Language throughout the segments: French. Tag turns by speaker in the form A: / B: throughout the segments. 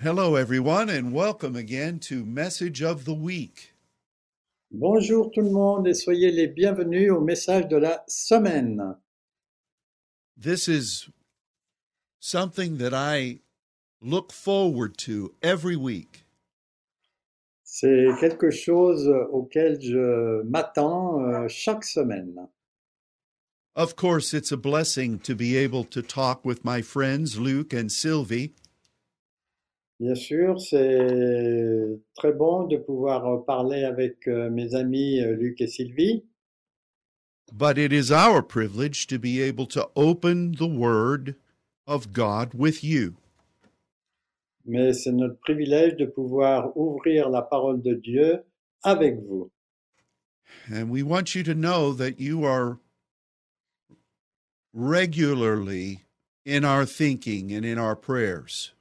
A: Hello, everyone, and welcome again to Message of the Week.
B: Bonjour tout le monde et soyez les bienvenus au message de la semaine.
A: This is something that I look forward to every week.
B: C'est quelque chose auquel je m'attends euh, chaque semaine.
A: Of course, it's a blessing to be able to talk with my friends Luke and Sylvie
B: Bien sûr, c'est très bon de pouvoir parler avec euh, mes amis euh, Luc et Sylvie,
A: But it is our privilege to be able to open the Word of God with you.
B: mais c'est notre privilège de pouvoir ouvrir la parole de Dieu avec vous.
A: And we want you to know that you are regularly in our thinking and in our prayers.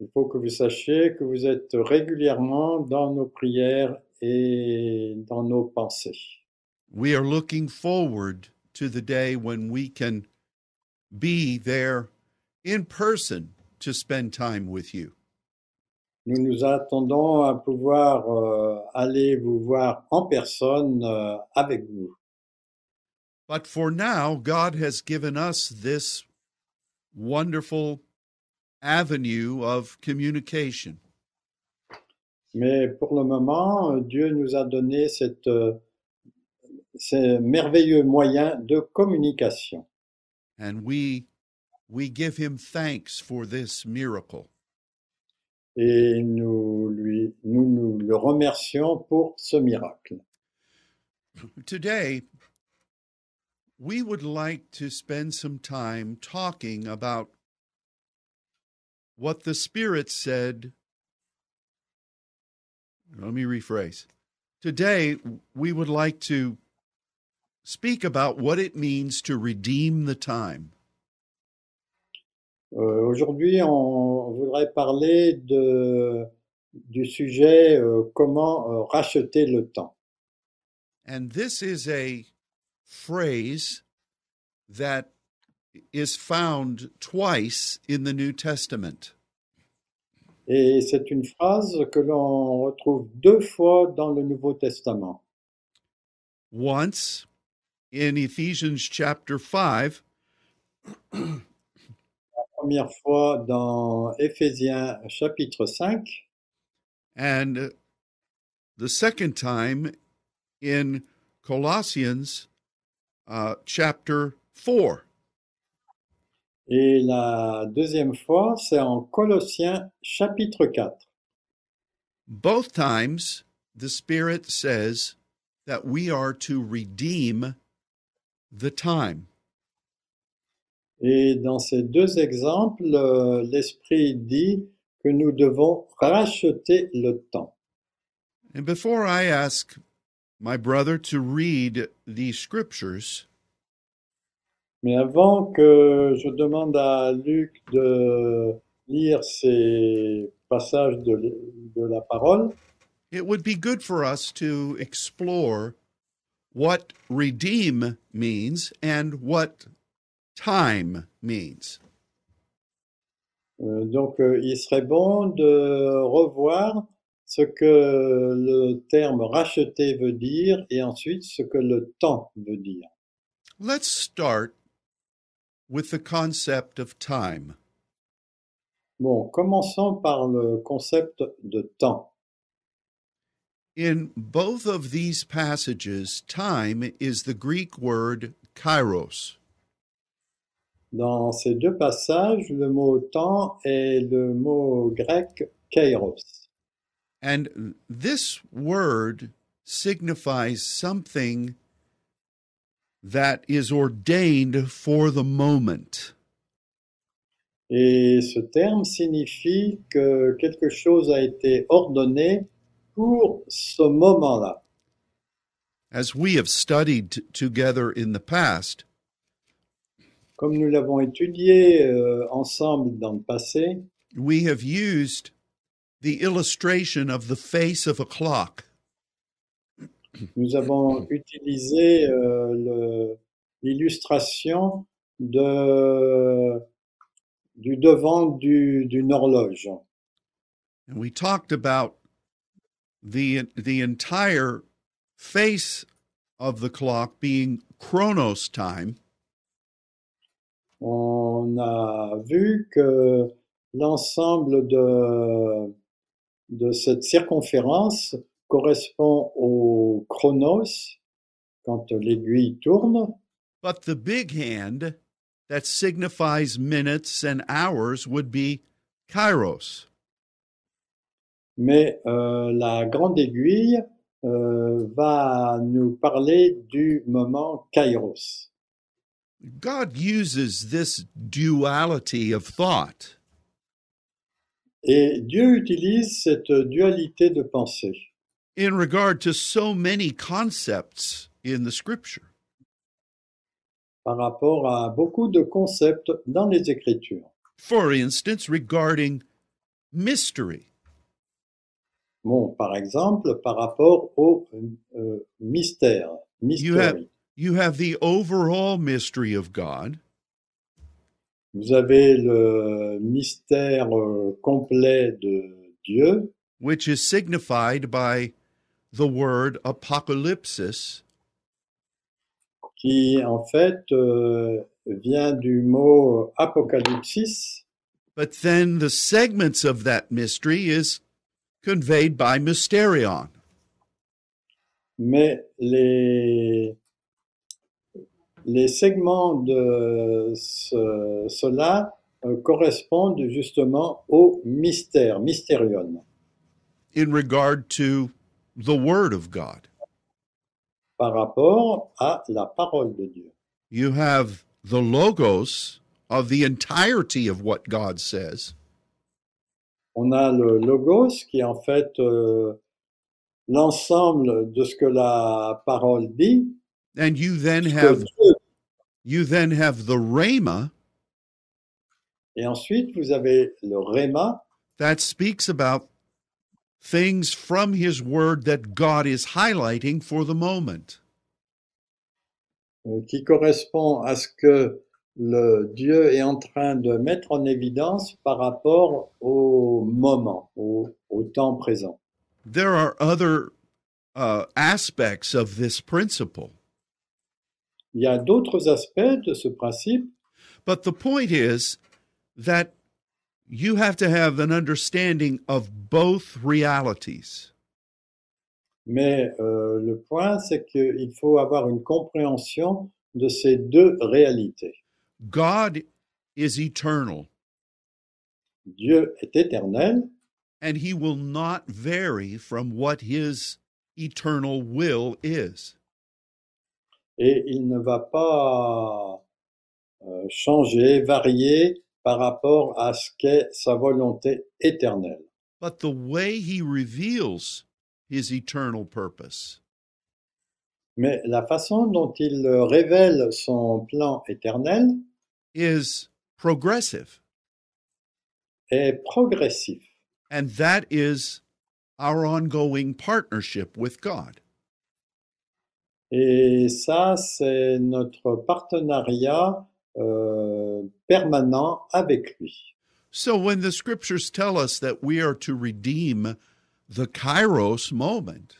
B: Il faut que vous sachiez que vous êtes régulièrement dans nos prières et dans nos pensées.
A: We are looking forward to the day when we can be there in person to spend time with you.
B: Nous nous attendons à pouvoir euh, aller vous voir en personne euh, avec vous.
A: But for now, God has given us this wonderful avenue of communication.
B: Mais pour le moment, euh, Dieu nous a donné cette, euh, ces merveilleux moyens de communication.
A: and we we give him thanks for this miracle
B: Et nous, lui, nous, nous le remercions pour ce miracle.
A: today we would like to spend some time talking about what the spirit said let me rephrase today we would like to speak about what it means to redeem the time
B: Euh, Aujourd'hui, on voudrait parler de, du sujet euh, comment euh, racheter le temps.
A: And this is a phrase that is found twice in the New Testament.
B: Et c'est une phrase que l'on retrouve deux fois dans le Nouveau Testament.
A: Once in Ephesians chapter 5,
B: Première fois dans Ephésiens chapitre 5
A: and the second time in Colossians uh, chapter 4.
B: Et la deuxième fois, c'est en Colossiens chapitre 4.
A: Both times the Spirit says that we are to redeem the time.
B: Et dans ces deux exemples, euh, l'Esprit dit que nous devons racheter le temps.
A: And before I ask my brother to read the scriptures,
B: Mais avant que je demande à Luc de lire ces passages de, de la parole,
A: it would be good for us to explore what redeem means and what time means.
B: euh, donc euh, il serait bon de revoir ce que le terme racheter veut dire et ensuite ce que le temps veut dire.
A: Let's start with the concept of time.
B: Bon, commençons par le concept de temps.
A: In both of these passages, time is the Greek word kairos.
B: Dans ces deux passages, le mot temps est le mot grec kairos.
A: And this word signifies something that is ordained for the moment.
B: Et ce terme signifie que quelque chose a été ordonné pour ce moment-là.
A: As we have studied t- together in the past,
B: Comme nous l'avons étudié euh, ensemble dans le passé,
A: we have used the illustration of the face of a clock.
B: nous avons utilisé euh, le- l'illustration de du devant du- d'une horloge.
A: And we talked about the the entire face of the clock being chronos time
B: On a vu que l'ensemble de, de cette circonférence correspond au chronos quand l'aiguille tourne,
A: but the big hand that signifies minutes and hours would be kairos
B: mais euh, la grande aiguille euh, va nous parler du moment kairos.
A: god uses this duality of thought
B: Et Dieu utilise cette dualité de pensée
A: in regard to so many concepts in the scripture
B: par rapport à beaucoup de concepts dans les Écritures.
A: for instance regarding mystery
B: Bon, par exemple, par rapport au euh, mystère,
A: You have-
B: mystery.
A: you have the overall mystery of god
B: Vous avez le mystère euh, complet de Dieu
A: which is signified by the word apocalypsis,
B: qui, en fait, euh, vient du mot apocalypsis,
A: but then the segments of that mystery is conveyed by mysterion.
B: mais les, les segments de ce- cela euh, correspondent justement au mystère, mysterion.
A: in regard to the word of God.
B: par rapport à la parole de Dieu.
A: You have the logos of the entirety of what God says,
B: On a le logos qui est en fait euh, l'ensemble de ce que la parole dit,
A: and you then
B: ce que
A: have
B: Dieu dit.
A: you then have the rhema
B: et ensuite vous avez le rhéma
A: that speaks about things from his word that God is highlighting for the moment.
B: euh, qui correspond à ce que le Dieu est en train de mettre en évidence par rapport au moment, au, au temps présent.
A: there are other uh, aspects of this principle.
B: Il y a d'autres aspects de ce principe,
A: But the point is that you have to have an understanding of both realities.
B: Mais euh, le point, c'est qu'il faut avoir une compréhension de ces deux réalités.
A: God is eternal
B: Dieu est éternel
A: and he will not vary from what his eternal will is.
B: et il ne va pas euh, changer, varier par rapport à ce qu'est sa volonté éternelle.
A: But the way he reveals his eternal purpose
B: Mais la façon dont il euh, révèle son plan éternel
A: is progressive,
B: est progressif.
A: and that is our ongoing partnership with God.
B: Et ça, c'est notre partenariat euh, permanent avec lui.
A: So when the scriptures tell us that we are to redeem the kairos moment,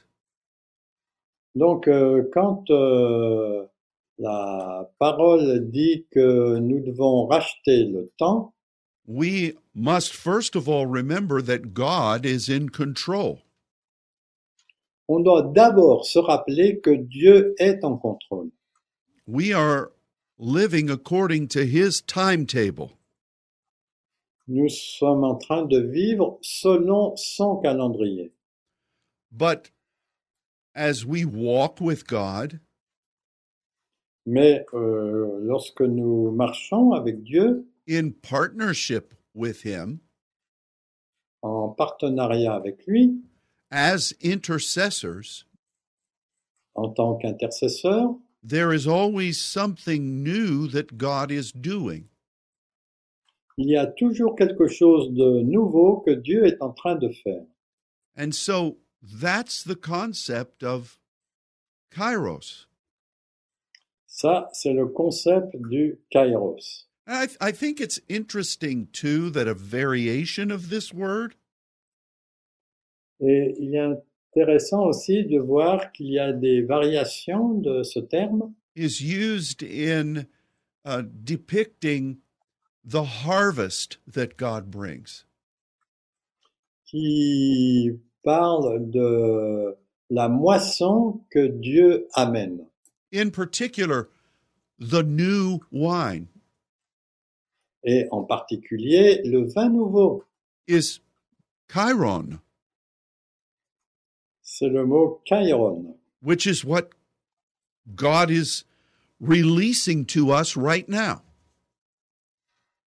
B: Donc, euh, quand euh, la parole dit que nous devons racheter le temps,
A: we must first of all remember that God is in control.
B: on doit d'abord se rappeler que Dieu est en contrôle.
A: We are living according to his timetable.
B: Nous sommes en train de vivre selon son calendrier.
A: But as we walk with God,
B: Mais euh, lorsque nous marchons avec Dieu,
A: in partnership with him,
B: en partenariat avec lui,
A: as intercessors,
B: en tant qu'intercesseur,
A: there is always something new that God is doing.
B: il y a toujours quelque chose de nouveau que Dieu est en train de faire.
A: And so that's the concept of kairos.
B: Ça, c'est le concept du kairos.
A: I, th- I think it's interesting too that a variation of this word
B: Et il est intéressant aussi de voir qu'il y a des variations de ce terme
A: is used in uh, depicting the harvest that God brings.
B: qui parlent de la moisson que Dieu amène.
A: In particular, the new wine
B: Et en particulier le vin nouveau.
A: is chiron,
B: C'est le mot kairon.
A: which is what God is releasing to us right now.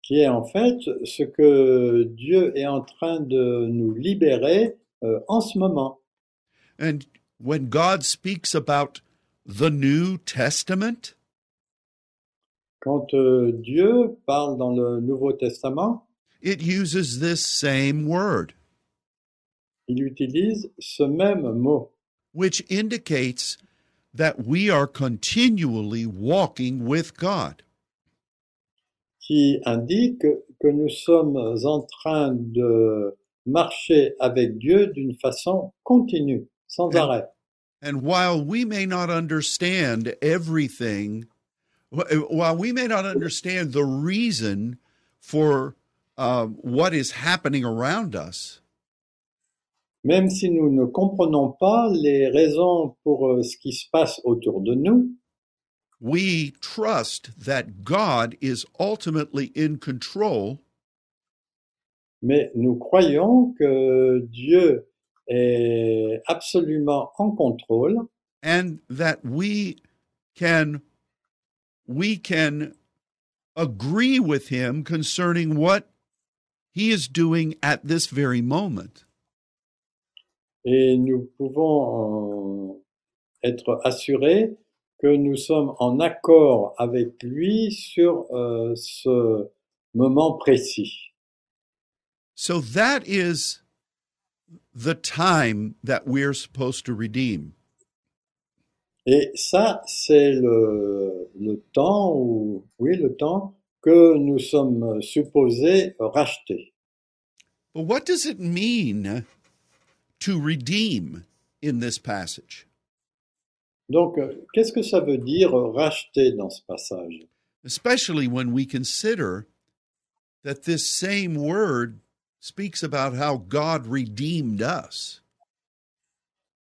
B: qui est en fait ce que Dieu est en train de nous libérer euh, en ce moment.
A: And when God speaks about the New Testament,
B: Quand euh, Dieu parle dans le Nouveau Testament,
A: it uses this same word,
B: il utilise ce même mot
A: which indicates that we are continually walking with God.
B: qui indique que nous sommes en train de marcher avec Dieu d'une façon continue, sans
A: Et-
B: arrêt.
A: And while we may not understand everything, wh- while we may not understand the reason for um, what is happening around us,
B: Même si nous ne comprenons pas les raisons pour euh, ce qui se passe autour de nous,
A: we trust that God is ultimately in control
B: Mais nous croyons que Dieu est absolument en contrôle
A: and that we can we can agree with him concerning what he is doing at this very moment
B: et nous pouvons euh, être assurés que nous sommes en accord avec lui sur euh, ce moment précis.
A: so that is the time that we're supposed to redeem
B: Et ça, c'est le, le temps, ou oui, le temps que nous sommes supposés racheter.
A: but what does it mean to redeem in this passage
B: Donc, euh, qu'est-ce que ça veut dire euh, racheter dans ce passage?
A: especially when we consider that this same word speaks about how God redeemed us.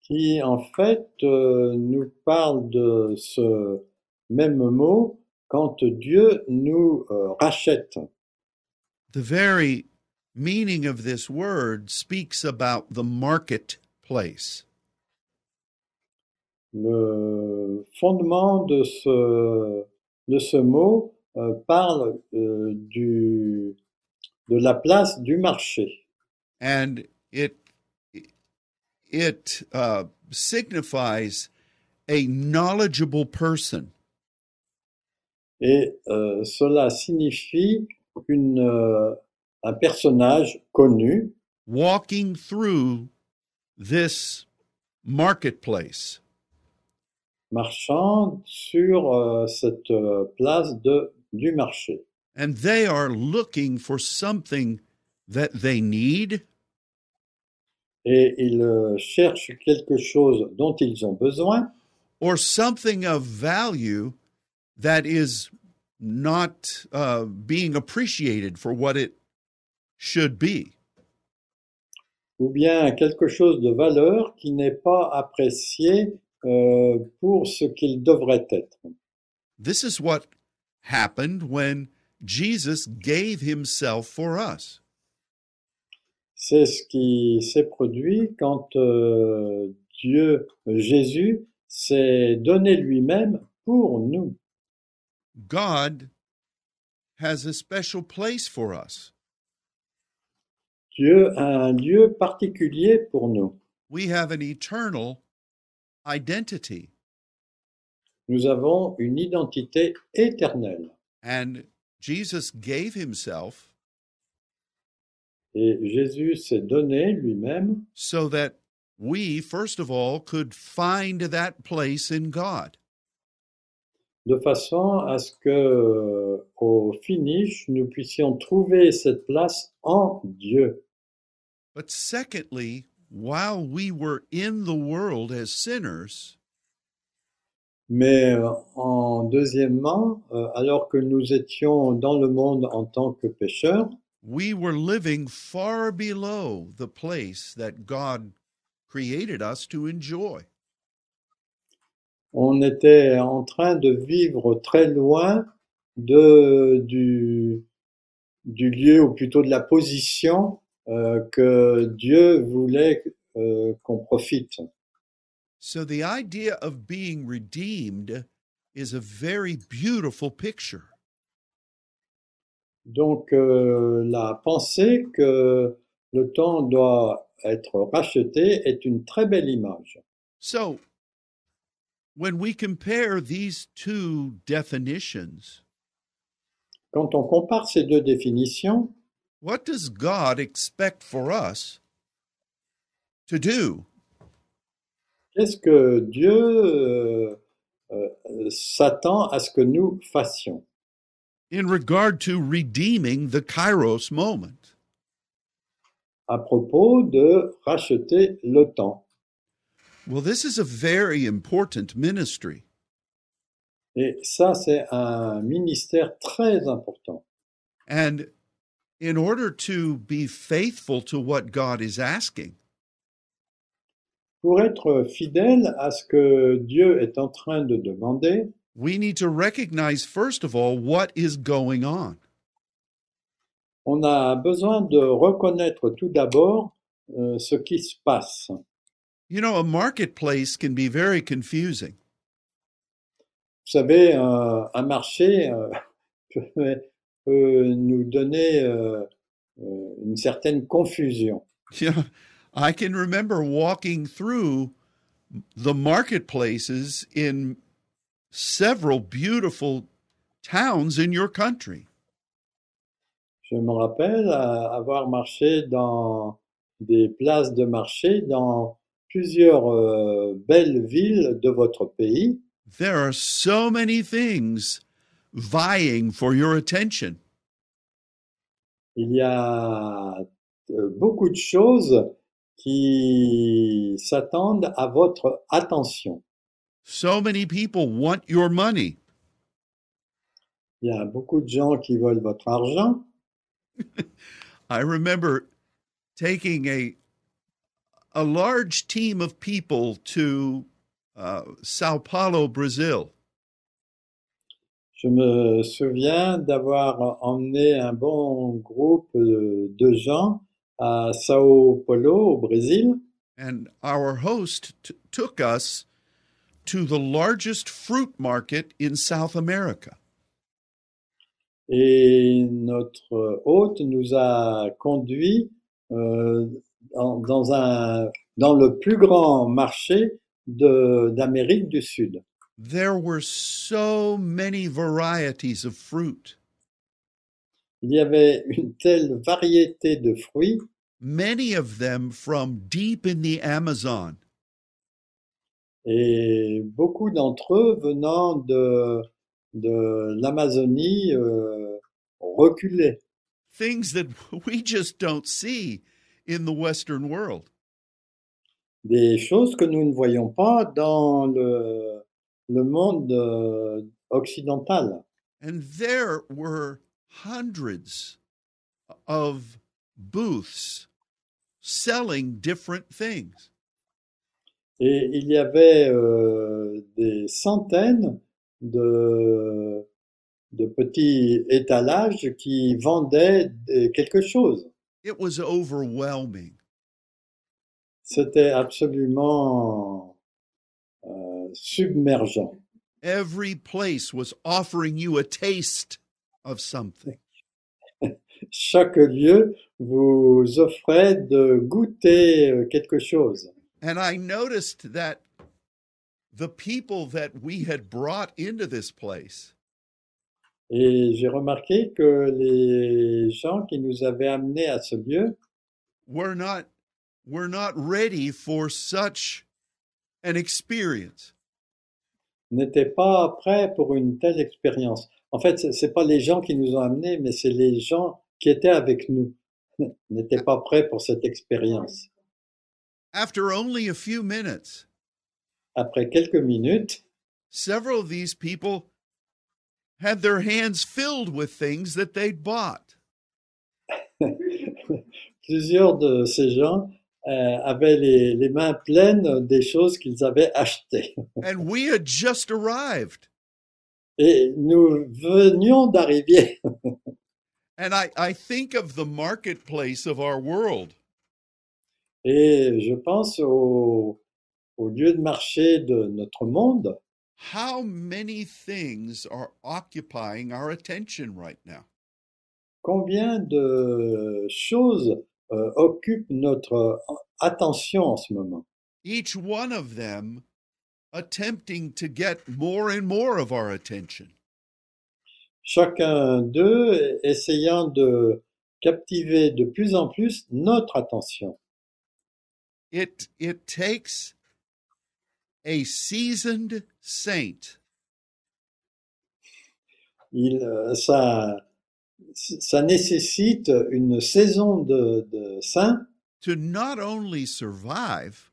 B: qui en fait euh, nous parle de ce même mot quand Dieu nous euh, rachète.
A: The very meaning of this word speaks about the marketplace.
B: Le fondement de ce, de ce mot euh, parle euh, du, de la place du marché
A: And it it uh, signifies a knowledgeable person
B: et euh, cela signifie une, euh, un personnage connu
A: walking through this marketplace.
B: marchant sur euh, cette euh, place de, du marché.
A: and they are looking for something that they need
B: et ils euh, cherchent quelque chose dont ils ont besoin
A: or something of value that is not uh, being appreciated for what it should be.
B: ou bien quelque chose de valeur qui n'est pas apprécié euh, pour ce qu'il devrait être.
A: This is what happened when Jesus gave himself for us.
B: C'est ce qui s'est produit quand euh, Dieu, Jésus, s'est donné lui-même pour nous.
A: God has a special place for us.
B: Dieu a un lieu particulier pour nous.
A: We have an eternal identity.
B: Nous avons une identité éternelle.
A: And Jesus gave himself
B: Et Jésus s'est donné lui-même
A: so that we, first of all, could find that place in God.
B: de façon à ce que, euh, au finish, nous puissions trouver cette place en Dieu.
A: But secondly, while we were in the world as sinners,
B: Mais euh, en deuxièmement, euh, alors que nous étions dans le monde en tant que pécheurs,
A: we were living far below the place that God created us to enjoy.
B: on était en train de vivre très loin de, du, du lieu, ou plutôt de la position euh, que Dieu voulait euh, qu'on profite.
A: So the idea of being redeemed is a very beautiful picture.
B: Donc euh, la pensée que le temps doit être racheté est une très belle image.
A: So when we compare these two definitions,
B: Quand on compare ces deux définitions,
A: what does God expect for us to do?
B: qu'est-ce que Dieu euh, euh, s'attend à ce que nous fassions
A: in regard to redeeming the kairos moment.
B: à propos de racheter le temps
A: Well, this is a very important ministry.
B: Et ça, c'est un ministère très important.
A: And in order to be faithful to what God is asking,
B: Pour être fidèle à ce que Dieu est en train de demander,
A: we need to recognize, first of all, what is going on.
B: on a besoin de reconnaître tout d'abord euh, ce qui se passe. Vous
A: You know, a marketplace can be very confusing.
B: savez, euh, un marché euh, peut, peut nous donner euh, euh, une certaine confusion.
A: Yeah, I can remember walking through the marketplaces in several beautiful towns in your country.
B: Je me rappelle euh, avoir marché dans des places de marché dans plusieurs euh, belles villes de votre pays.
A: There are so many things vying for your attention.
B: Il y a euh, beaucoup de choses qui s'attendent à votre attention.
A: So many people want your money.
B: Il y a beaucoup de gens qui veulent votre argent.
A: I remember taking a a large team of people to uh, Sao Paulo, Brazil,
B: Je me souviens d'avoir emmené un bon groupe euh, de gens à Sao Paulo, au Brésil,
A: and our host t- took us to the largest fruit market in South America.
B: et notre hôte nous a conduits euh, dans, dans un, dans le plus grand marché de- d'Amérique du Sud.
A: There were so many varieties of fruit.
B: Il y avait une telle variété de fruits,
A: many of them from deep in the Amazon.
B: et beaucoup d'entre eux venant de, de l'Amazonie euh, reculée,
A: Things that we just don't see in the Western world.
B: des choses que nous ne voyons pas dans le, le monde euh, occidental.
A: And there were hundreds of booths selling different things.
B: Et il y avait euh, des centaines de, de petits étalages qui vendaient des- quelque chose.
A: It was overwhelming.
B: C'était absolument euh, submergent.
A: Every place was offering you a taste of something.
B: Chaque lieu vous offrait de goûter euh, quelque chose.
A: And I noticed that the people that we had brought into this place
B: Et j'ai remarqué que les gens qui nous avaient amenés à ce lieu
A: we're not we're not ready for such an experience
B: n'étaient pas prêts pour une telle expérience. En fait, ce n'est pas les gens qui nous ont amenés, mais c'est les gens qui étaient avec nous n'étaient pas prêts pour cette expérience.
A: After only a few minutes,
B: Après quelques minutes,
A: several of these people had their hands filled with things that they'd bought.
B: plusieurs de ces gens euh, avaient les, les mains pleines des choses qu'ils avaient achetées.
A: And we had just arrived.
B: Et nous venions d'arriver.
A: And I, I think of the marketplace of our world.
B: Et je pense au, au lieu de marché de notre monde.
A: How many things are occupying our attention right now?
B: Combien de choses euh, occupent notre attention en ce moment
A: Each one of them attempting to get more and more of our attention.
B: Chacun d'eux essayant de captiver de plus en plus notre attention.
A: It, it takes a seasoned saint
B: Il, euh, ça, ça nécessite une saison de, de saints,
A: to not only survive,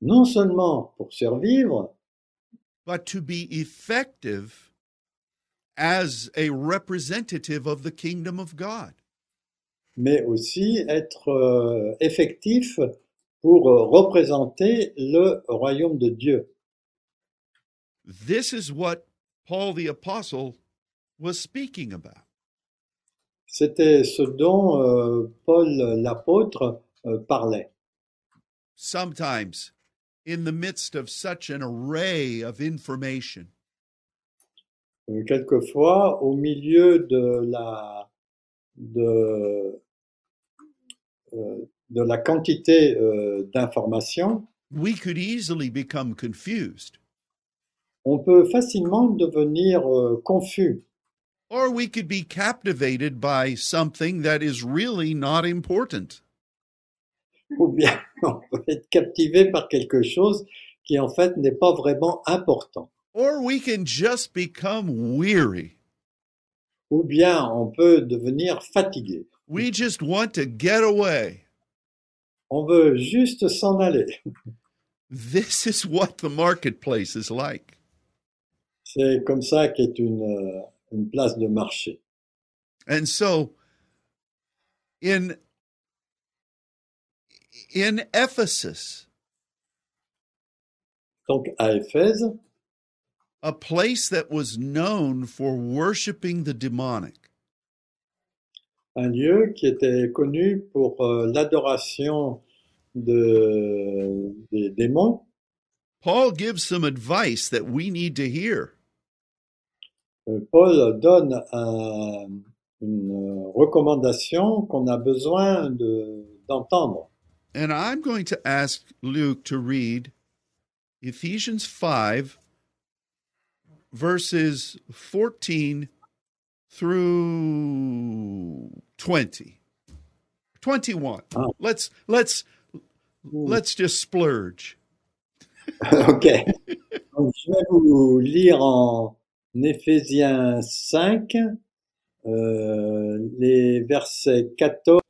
B: non seulement pour survivre,
A: but to be effective as a representative of the kingdom of God.
B: mais aussi être euh, effectif pour euh, représenter le royaume de Dieu.
A: This is what Paul the Apostle was speaking about.
B: C'était ce dont euh, Paul l'apôtre euh, parlait.
A: Sometimes, in the midst of such an array of information,
B: Euh, quelquefois, au milieu de la, de, euh, de la quantité euh, d'informations,
A: we could easily become confused,
B: on peut facilement devenir euh, confus
A: or we could be captivated by something that is really not important.
B: ou bien on peut être captivé par quelque chose qui en fait n'est pas vraiment important.
A: Or we can just become weary.
B: ou bien on peut devenir fatigué.
A: We just want to get away.
B: On veut juste s'en aller.
A: This is what the marketplace is like.
B: C'est comme ça qu'est une, euh, une place de marché.
A: And so in in Ephesus,
B: Donc à Éphèse,
A: a place that was known for worshiping the demonic,
B: un lieu qui était connu pour euh, l'adoration de, des démons,
A: Paul gives some advice that we need to hear.
B: euh, Paul donne un- une euh, recommandation qu'on a besoin de- d'entendre.
A: And I'm going to ask Luke to read Ephesians 5, verses 14 through 20. 21.
B: Oh.
A: Let's let's let's just splurge.
B: Ok. Donc, je vais vous lire en Ephésiens 5, euh, les versets 14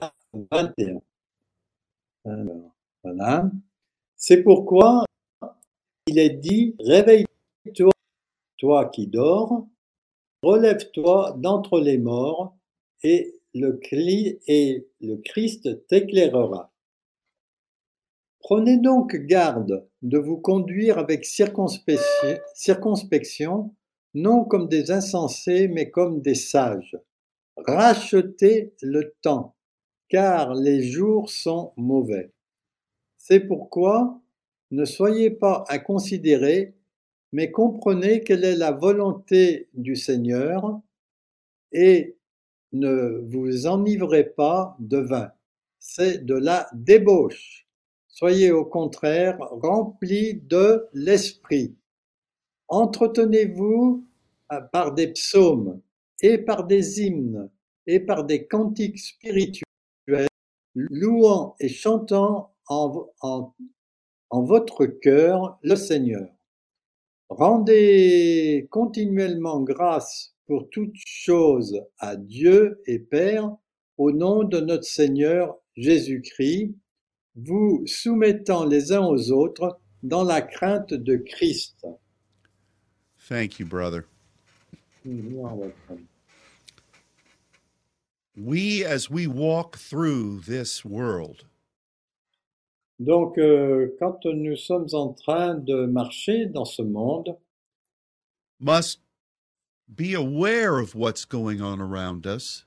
B: à 21. Alors, voilà. C'est pourquoi il est dit, réveille-toi, toi qui dors, relève-toi d'entre les morts, et le, cli- et le Christ t'éclairera. Prenez donc garde de vous conduire avec circonspec- circonspection, non comme des insensés, mais comme des sages. Rachetez le temps, car les jours sont mauvais. C'est pourquoi ne soyez pas inconsidérés, mais comprenez quelle est la volonté du Seigneur et ne vous enivrez pas de vin. C'est de la débauche. Soyez au contraire remplis de l'Esprit. Entretenez-vous euh, par des psaumes et par des hymnes et par des cantiques spirituels, louant et chantant en, vo- en- en votre cœur le Seigneur, Rendez continuellement grâce pour toutes choses à Dieu et Père au nom de notre Seigneur Jésus-Christ, vous soumettant les uns aux autres dans la crainte de Christ.
A: Thank you, brother.
B: You're welcome.
A: We, as we walk through this world,
B: Donc, euh, quand nous sommes en train de marcher dans ce monde,
A: must be aware of what's going on around us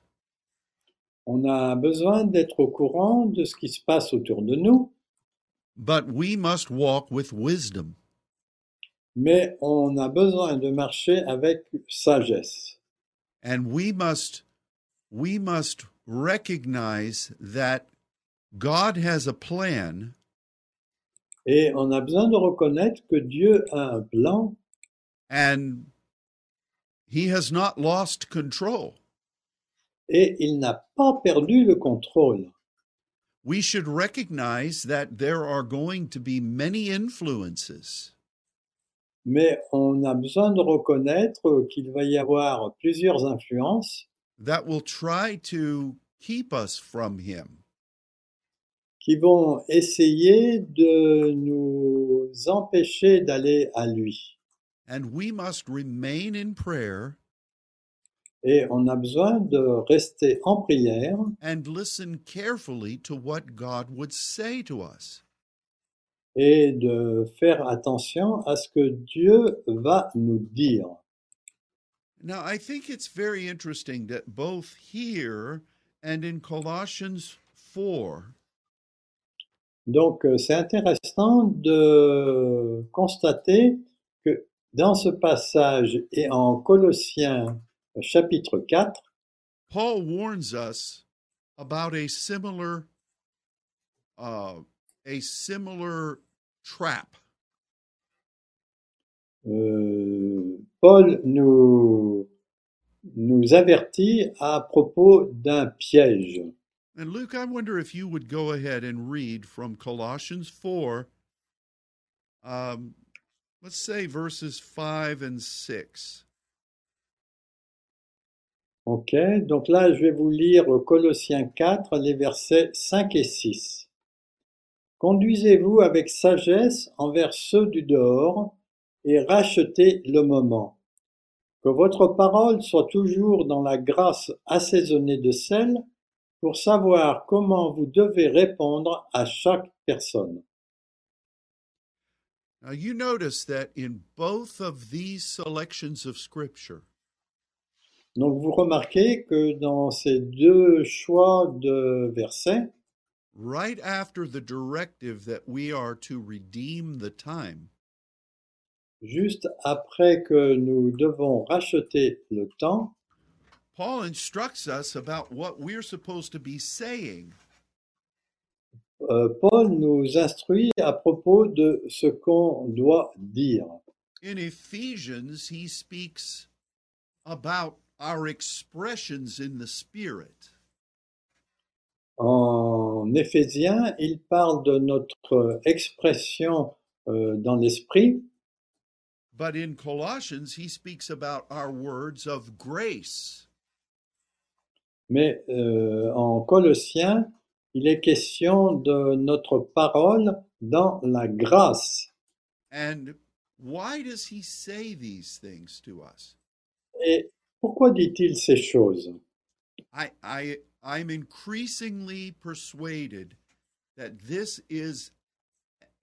B: on a besoin d'être au courant de ce qui se passe autour de nous,
A: but we must walk with wisdom.
B: mais on a besoin de marcher avec sagesse.
A: And we must we must recognize that God has a plan
B: Et on a besoin de reconnaître que Dieu a un plan
A: and he has not lost control.
B: et il n'a pas perdu le contrôle.
A: We should recognize that there are going to be many influences
B: Mais on a besoin de reconnaître qu'il va y avoir plusieurs influences
A: that will try to keep us from him.
B: qui vont essayer de nous empêcher d'aller à lui.
A: And we must remain in prayer
B: Et on a besoin de rester en prière
A: and listen carefully to what God would say to us.
B: et de faire attention à ce que Dieu va nous dire.
A: Now, I think it's very interesting that both here and in Colossians 4,
B: Donc euh, c'est intéressant de constater que dans ce passage et en Colossiens euh, chapitre 4,
A: Paul warns us about a similar uh, a similar trap.
B: euh, Paul nous, nous avertit à propos d'un piège.
A: And Luke, I wonder if you would go ahead and read from Colossians 4, um, let's say verses 5 and 6.
B: Ok, donc là, je vais vous lire Colossiens 4, les versets 5 et 6. Conduisez-vous avec sagesse envers ceux du dehors et rachetez le moment. Que votre parole soit toujours dans la grâce assaisonnée de sel pour savoir comment vous devez répondre à chaque personne.
A: Now, you notice that in both of these selections of Scripture,
B: Donc vous remarquez que dans ces deux choix de versets,
A: right after the directive that we are to redeem the time,
B: juste après que nous devons racheter le temps,
A: Paul instructs us about what we're supposed to be saying.
B: Euh, Paul nous instruit à propos de ce qu'on doit dire.
A: In Ephesians, he speaks about our expressions in the Spirit.
B: En Éphésiens, il parle de notre expression euh, dans l'esprit,
A: But in Colossians, he speaks about our words of grace.
B: mais euh, en Colossiens, il est question de notre parole dans la grâce.
A: And why does he say these things to us?
B: Et pourquoi dit-il ces choses
A: I, I, I'm increasingly persuaded that this is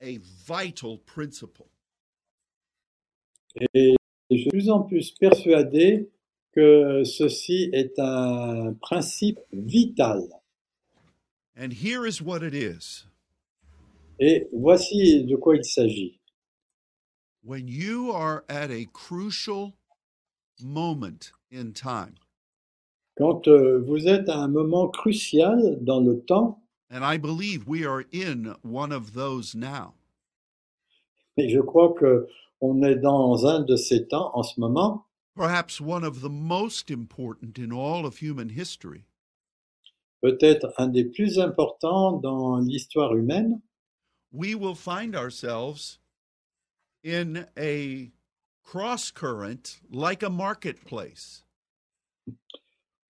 A: a vital principle.
B: Et je suis de plus en plus persuadé que ceci est un principe vital.
A: And here is what it is
B: Et voici de quoi il s'agit.
A: when you are at a crucial moment in time,
B: Quand euh, vous êtes à un moment crucial dans le temps,
A: and I believe we are in one of those now,
B: et je crois que on est dans un de ces temps en ce moment,
A: perhaps one of the most important in all of human history,
B: peut-être un des plus importants dans l'histoire humaine,
A: we will find ourselves in a cross current like a marketplace.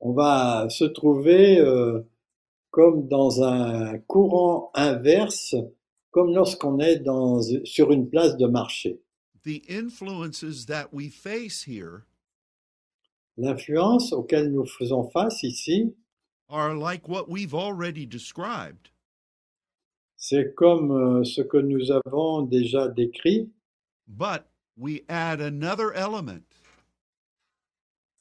B: On va se trouver euh, comme dans un courant inverse, comme lorsqu'on est dans, sur une place de marché.
A: The influences that we face here
B: L'influence auquel nous faisons face ici,
A: are like what we've already described.
B: c'est comme euh, ce que nous avons déjà décrit,
A: But we add another element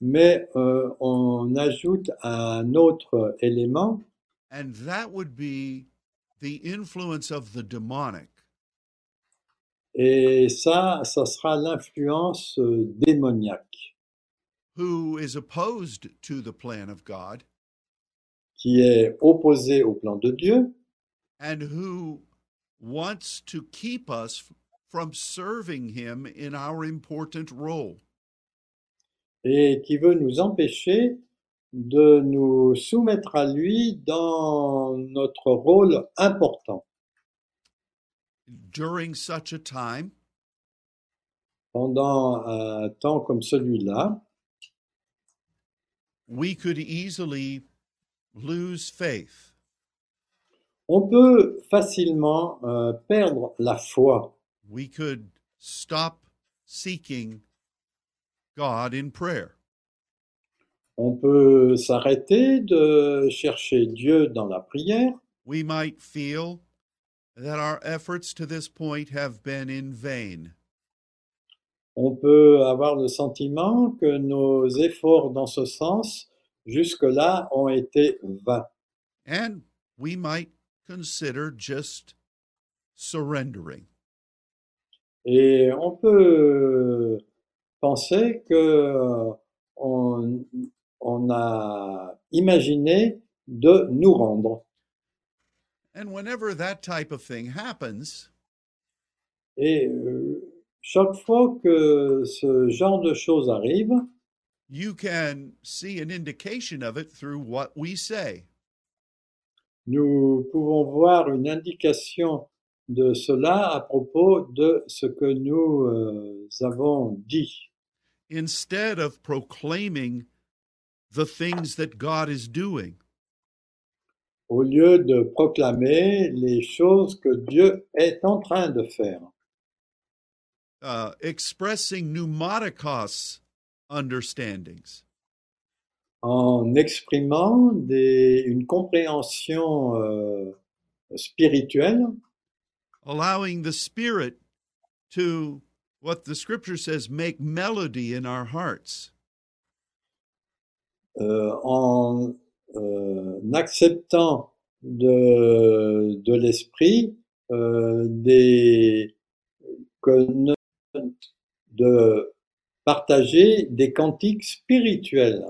B: mais euh, on ajoute un autre élément,
A: and that would be the influence of the demonic.
B: et ça, ça sera l'influence euh, démoniaque,
A: who is opposed to the plan of God
B: qui est opposée au plan de Dieu
A: and who wants to keep us f- from serving Him in our important role.
B: et qui veut nous empêcher de nous soumettre à lui dans notre rôle important.
A: During such a time,
B: Pendant un temps comme celui-là,
A: we could easily lose faith.
B: on peut facilement euh, perdre la foi,
A: We could stop seeking God in prayer.
B: on peut s'arrêter de chercher Dieu dans la prière,
A: We might feel that our efforts to this point have been in vain.
B: on peut avoir le sentiment que nos efforts dans ce sens jusque-là ont été vains,
A: And we might consider just surrendering.
B: et on peut penser que on, on a imaginé de nous rendre.
A: And whenever that type of thing happens,
B: Et euh, chaque fois que ce genre de choses arrive,
A: you can see an indication of it through what we say.
B: nous pouvons voir une indication de cela à propos de ce que nous euh, avons dit.
A: Instead of proclaiming the things that God is doing,
B: Au lieu de proclamer les choses que Dieu est en train de faire,
A: uh, expressing pneumaticos understandings,
B: en exprimant des- une compréhension euh, spirituelle,
A: allowing the Spirit to, what the scripture says, make melody in our hearts.
B: euh, en euh, acceptant de, de l'esprit euh, des que ne- de partager des cantiques spirituels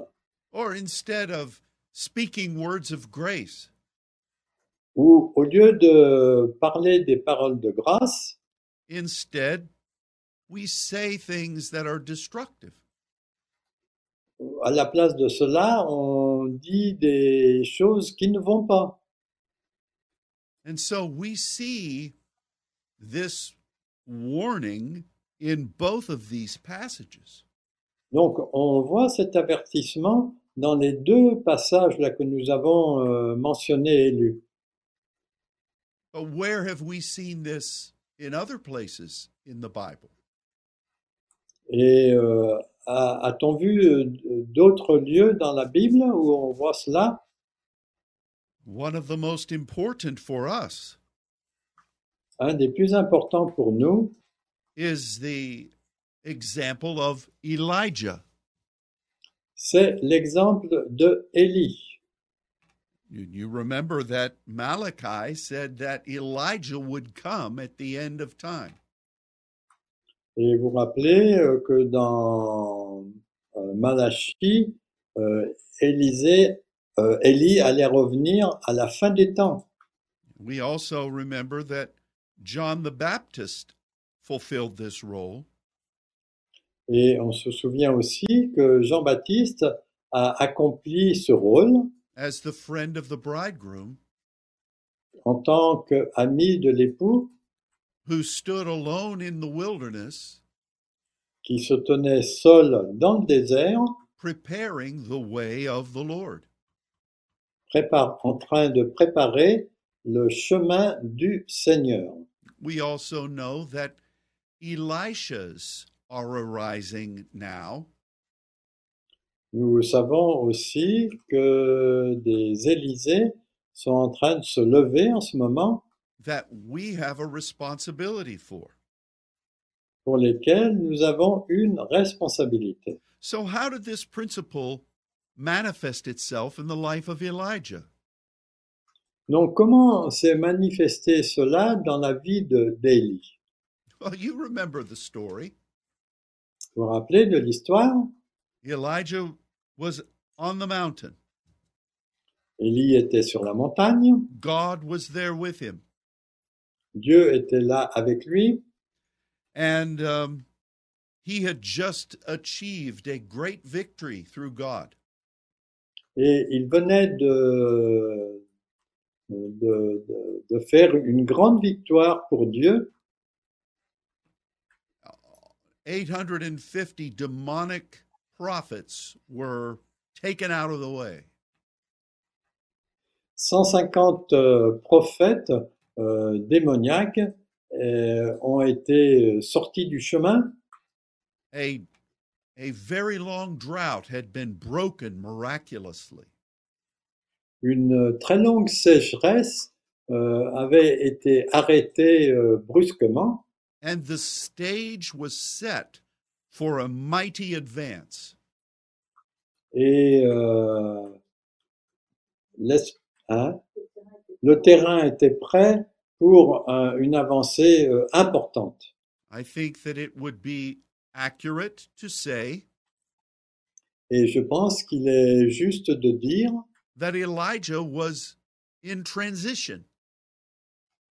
A: or instead of speaking words of grace,
B: où au lieu de parler des paroles de grâce
A: instead we say things that are destructive.
B: à la place de cela on dit des choses qui ne vont pas
A: And so we see this warning in both of these passages.
B: donc on voit cet avertissement dans les deux passages là que nous avons euh, mentionnés et lus
A: But where have we seen this in other places in the Bible?
B: Et euh, a- a-t-on vu euh, d'autres lieux dans la Bible où on voit cela?
A: One of the most important for us
B: Un des plus importants pour nous,
A: is the example of Elijah.
B: c'est l'exemple de Élie.
A: You, you remember that Malachi said that Elijah would come at the end of time.
B: Et vous vous rappelez euh, que dans euh, Malachie, euh, Élisée, euh, Élie allait revenir à la fin des temps.
A: We also remember that John the Baptist fulfilled this role,
B: Et on se souvient aussi que Jean-Baptiste a accompli ce rôle
A: as the friend of the bridegroom
B: en tant qu'ami de l'époux.
A: who stood alone in the wilderness
B: qui se tenait seul dans le désert,
A: preparing the way of the Lord.
B: prépare, en train de préparer le chemin du Seigneur.
A: We also know that Elishas are arising now,
B: Nous savons aussi que des Élysées sont en train de se lever en ce moment,
A: that we have a responsibility for.
B: pour lesquels nous avons une responsabilité.
A: So, how did this principle manifest itself in the life of Elijah?
B: Donc comment s'est manifesté cela dans la vie de d'Élie
A: Well, you remember the story.
B: Vous vous rappelez de l'histoire
A: Elijah was on the mountain,
B: Élie était sur la montagne,
A: God was there with him.
B: Dieu était là avec lui,
A: And um, he had just achieved a great victory through God.
B: et il venait de, de, de- de faire une grande victoire pour Dieu.
A: 850 demonic prophets were taken out of the way.
B: 150 euh, prophètes euh, démoniaques euh, ont été sortis du chemin.
A: A, a very long drought had been broken miraculously.
B: Une très longue sécheresse euh, avait été arrêtée euh, brusquement.
A: and the stage was set for a mighty advance.
B: et euh, l'es- hein, le terrain était prêt pour un- une avancée euh, importante.
A: I think that it would be accurate to say
B: Et je pense qu'il est juste de dire
A: that Elijah was in transition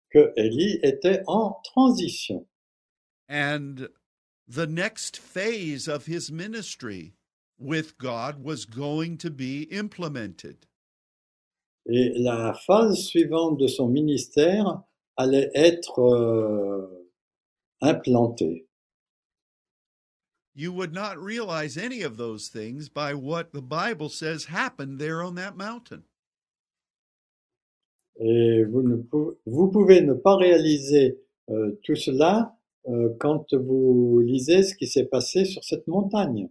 B: que Élie était en transition.
A: and the next phase of his ministry with God was going to be implemented.
B: Et la phase suivante de son ministère allait être euh, implantée.
A: You would not realize any of those things by what the Bible says happened there on that mountain.
B: Et vous, ne pou- vous pouvez ne pas réaliser euh, tout cela euh, quand vous lisez ce qui s'est passé sur cette montagne.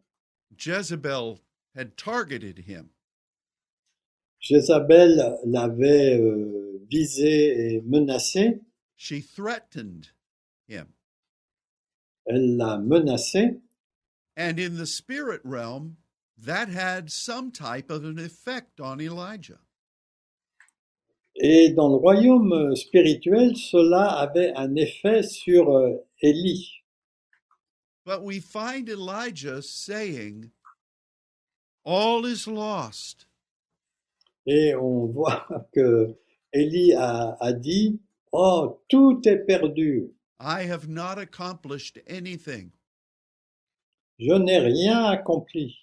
A: Jezebel had targeted him.
B: Jézabel l'avait euh, visé et menacé,
A: She threatened him.
B: elle l'a menacé,
A: And in the spirit realm, that had some type of an effect on Elijah.
B: et dans le royaume euh, spirituel, cela avait un effet sur euh, Élie.
A: But we find Elijah saying, All is lost.
B: Et on voit que Élie a, a dit, Oh, tout est perdu,
A: I have not accomplished anything.
B: je n'ai rien accompli,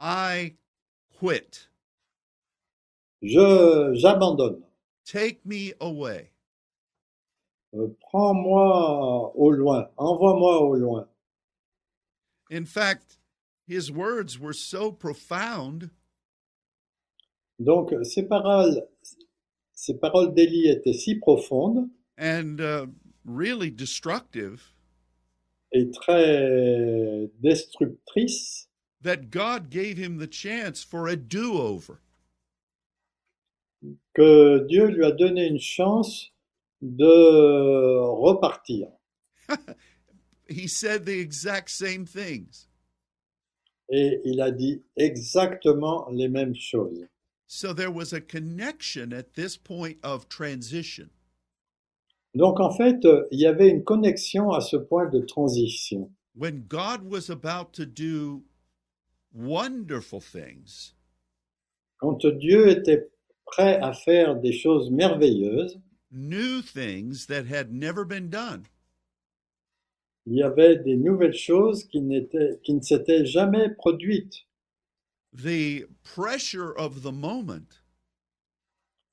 A: I quit.
B: je j'abandonne,
A: Take me away.
B: Euh, prends-moi au loin, envoie-moi au loin.
A: In fact, his words were so profound
B: Donc ces paroles, ces paroles d'Élie étaient si profondes
A: and uh, really destructive
B: est très destructrice
A: that God gave him the chance for a do over.
B: que Dieu lui a donné une chance de repartir.
A: He said the exact same things.
B: Et il a dit exactement les mêmes choses.
A: So there was a connection at this point of transition.
B: Donc en fait, euh, il y avait une connexion à ce point de transition.
A: When God was about to do wonderful things,
B: Quand Dieu était prêt à faire des choses merveilleuses,
A: new things that had never been done,
B: il y avait des nouvelles choses qui, n'étaient- qui ne s'étaient jamais produites.
A: the pressure of the moment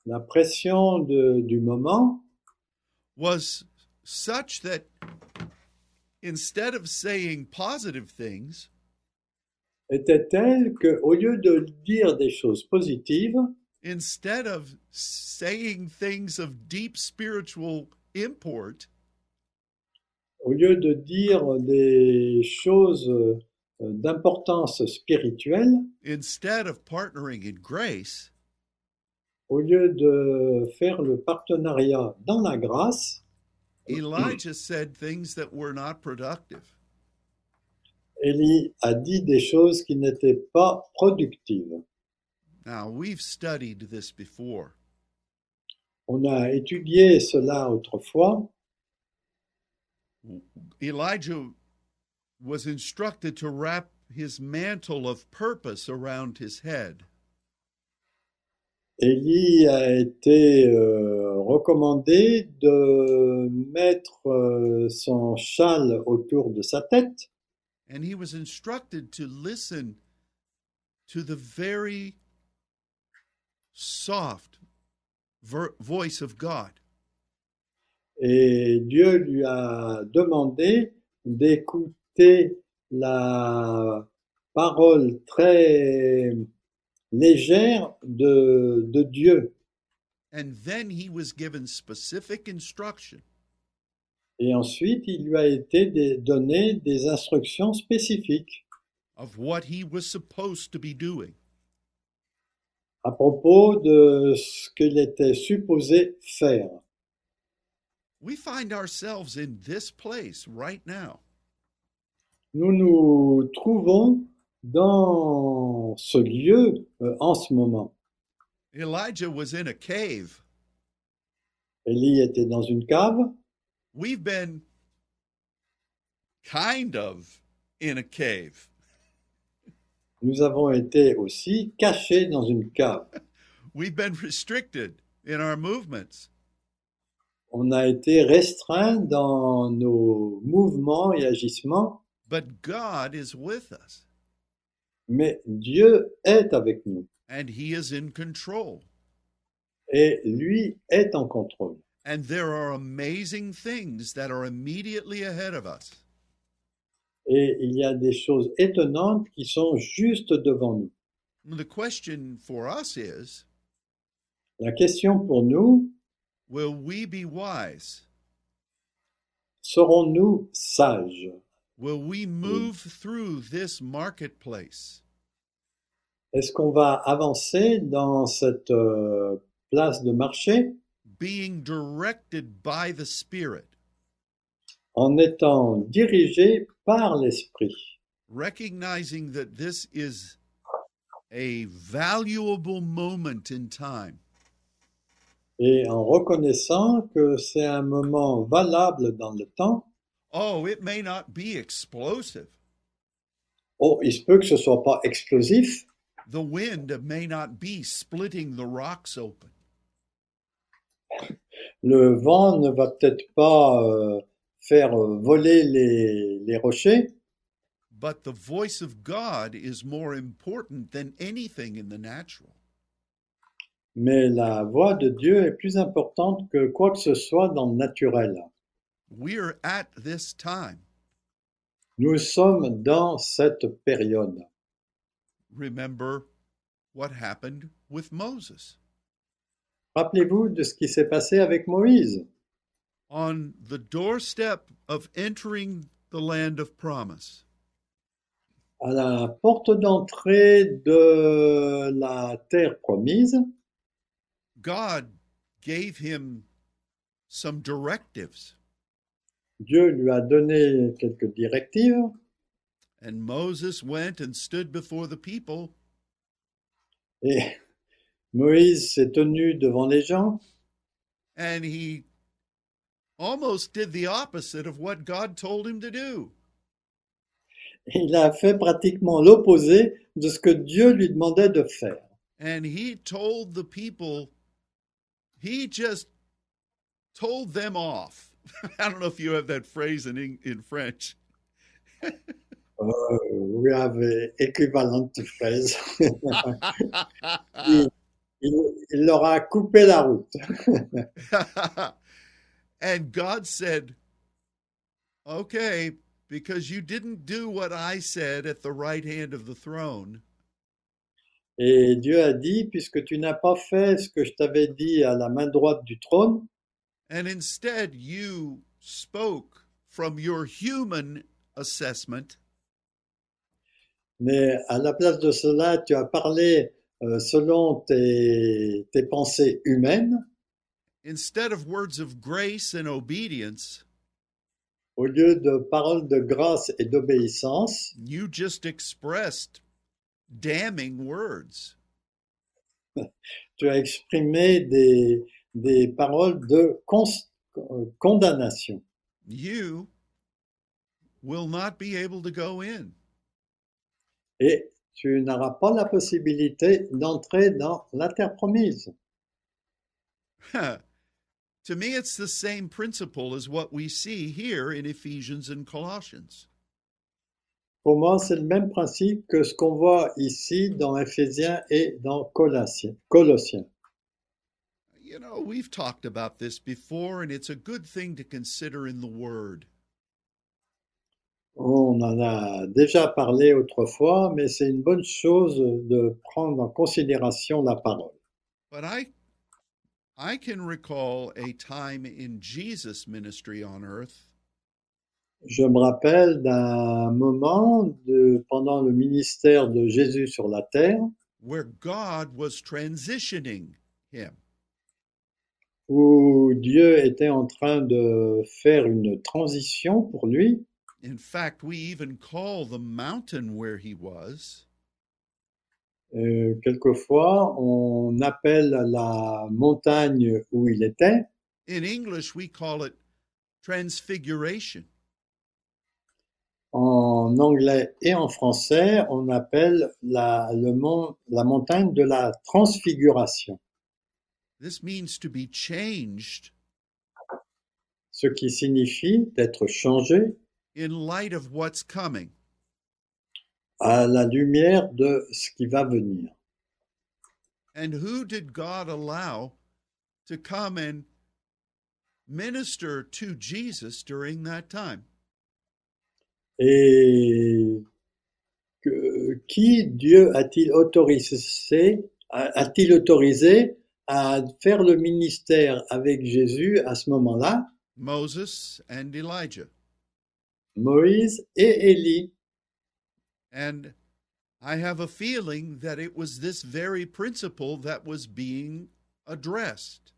B: La pression de- du moment
A: was such that instead of saying positive things,
B: était telle que, au lieu de dire des choses positives,
A: instead of saying things of deep spiritual import,
B: au lieu de dire des choses euh, d'importance spirituelle,
A: instead of partnering in grace,
B: au lieu de faire le partenariat dans la grâce,
A: Elijah said things that were not productive.
B: Élie a dit des choses qui n'étaient pas productives.
A: Now, we've studied this before.
B: On a étudié cela autrefois.
A: Elijah was instructed to wrap his mantle of purpose around his head.
B: Élie a été euh, recommandé de mettre euh, son châle autour de sa tête
A: and he was instructed to listen to the very soft ver- voice of God.
B: et Dieu lui a demandé d'écouter la parole très légère de, de Dieu.
A: And then he was given specific instruction
B: Et ensuite, il lui a été des- donné des instructions spécifiques
A: of what he was supposed to be doing.
B: à propos de ce qu'il était supposé faire.
A: We find ourselves in this place right now.
B: Nous nous trouvons dans ce lieu euh, en ce moment.
A: Elijah was in a cave.
B: Élie était dans une cave,
A: We've been kind of in a cave.
B: Nous avons été aussi cachés dans une cave.
A: We've been restricted in our movements.
B: On a été restreints dans nos mouvements et agissements,
A: But God is with us
B: mais Dieu est avec nous
A: and He is in control.
B: et lui est en contrôle.
A: And there are amazing things that are immediately ahead of us.
B: Et il y a des choses étonnantes qui sont juste devant nous.
A: The question for us is
B: La question pour nous,
A: will we be wise?
B: serons-nous sages
A: Will we move through this marketplace?
B: Est-ce qu'on va avancer dans cette euh, place de marché
A: being directed by the Spirit,
B: en étant dirigé par l'Esprit
A: recognizing that this is a valuable moment in time.
B: et en reconnaissant que c'est un moment valable dans le temps.
A: Oh, it may not be explosive.
B: Oh, il se peut que ce soit pas explosif,
A: The wind may not be splitting the rocks open,
B: le vent ne va peut-être pas euh, faire euh, voler les, les rochers,
A: but the voice of God is more important than anything in the natural.
B: mais la voix de Dieu est plus importante que quoi que ce soit dans le naturel.
A: We're at this time.
B: Nous sommes dans cette période.
A: Remember what happened with Moses.
B: Rappelez-vous de ce qui s'est passé avec Moïse.
A: on the doorstep of entering the land of promise.
B: À la porte d'entrée de la terre promise,
A: God gave him some directives,
B: Dieu lui a donné quelques directives
A: and Moses went and stood before the people,
B: et Moïse s'est tenu devant les gens
A: and he almost did the opposite of what God told him to do.
B: Il a fait pratiquement l'opposé de ce que Dieu lui demandait de faire.
A: And he told the people, he just told them off. I don't know if you have that phrase in, Eng- in French.
B: Euh, we have a equivalent phrase. il, il- il leur a coupé la route.
A: and God said, Okay, because you didn't do what I said at the right hand of the throne.
B: Et Dieu a dit, puisque tu n'as pas fait ce que je t'avais dit à la main droite du trône,
A: And instead, you spoke from your human assessment
B: mais à la place de cela, tu as parlé euh, selon tes, tes pensées humaines,
A: instead of words of grace and obedience.
B: au lieu de paroles de grâce et d'obéissance,
A: You just expressed damning words.
B: tu as exprimé des, des paroles de cons- euh, condamnation.
A: You will not be able to go in.
B: Et tu n'auras pas la possibilité d'entrer dans la terre promise.
A: to me, it's the same principle as what we see here in Ephesians and Colossians.
B: Pour moi, c'est le même principe que ce qu'on voit ici dans Ephésiens et dans Colossiens. Colossiens.
A: You know, we've talked about this before, and it's a good thing to consider in the Word.
B: On en a déjà parlé autrefois, mais c'est une bonne chose de prendre en considération la parole.
A: But I, I can recall a time in Jesus' ministry on earth
B: Je me rappelle d'un moment de- pendant le ministère de Jésus sur la terre
A: where God was transitioning him.
B: où Dieu était en train de faire une transition pour lui.
A: In fact, we even call the mountain where he was
B: Euh, quelquefois, on appelle la montagne où il était.
A: In English, we call it transfiguration.
B: En anglais et en français, on appelle la, le mont- la montagne de la transfiguration,
A: This means to be changed
B: ce qui signifie d'être changé
A: in light of what's coming.
B: à la lumière de ce qui va venir.
A: And who did God allow to come and minister to Jesus during that time?
B: Et que- qui Dieu a-t-il autorisé, a- a-t-il autorisé à faire le ministère avec Jésus à ce moment-là
A: Moses and Elijah.
B: Moïse et Élie.
A: And I have a feeling that it was this very principle that was being addressed.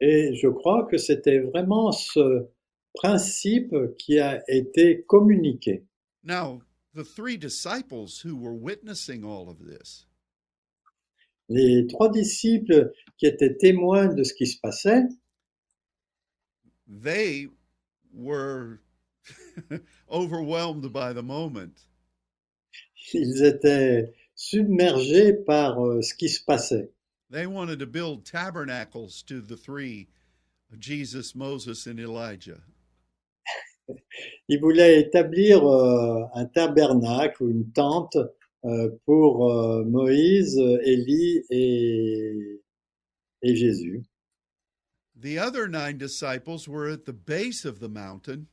B: Et je crois que c'était vraiment ce principe qui a été communiqué.
A: Now, the three disciples who were witnessing all of this
B: Les trois disciples qui étaient témoins de ce qui se passait,
A: they were overwhelmed by the moment.
B: ils étaient submergés par euh, ce qui se passait.
A: They wanted to build tabernacles to the three Jesus, Moses, and Elijah.
B: Ils voulaient établir euh, un tabernacle ou une tente euh, pour euh, Moïse, Élie et, et Jésus.
A: The other nine disciples were at the base of the mountain,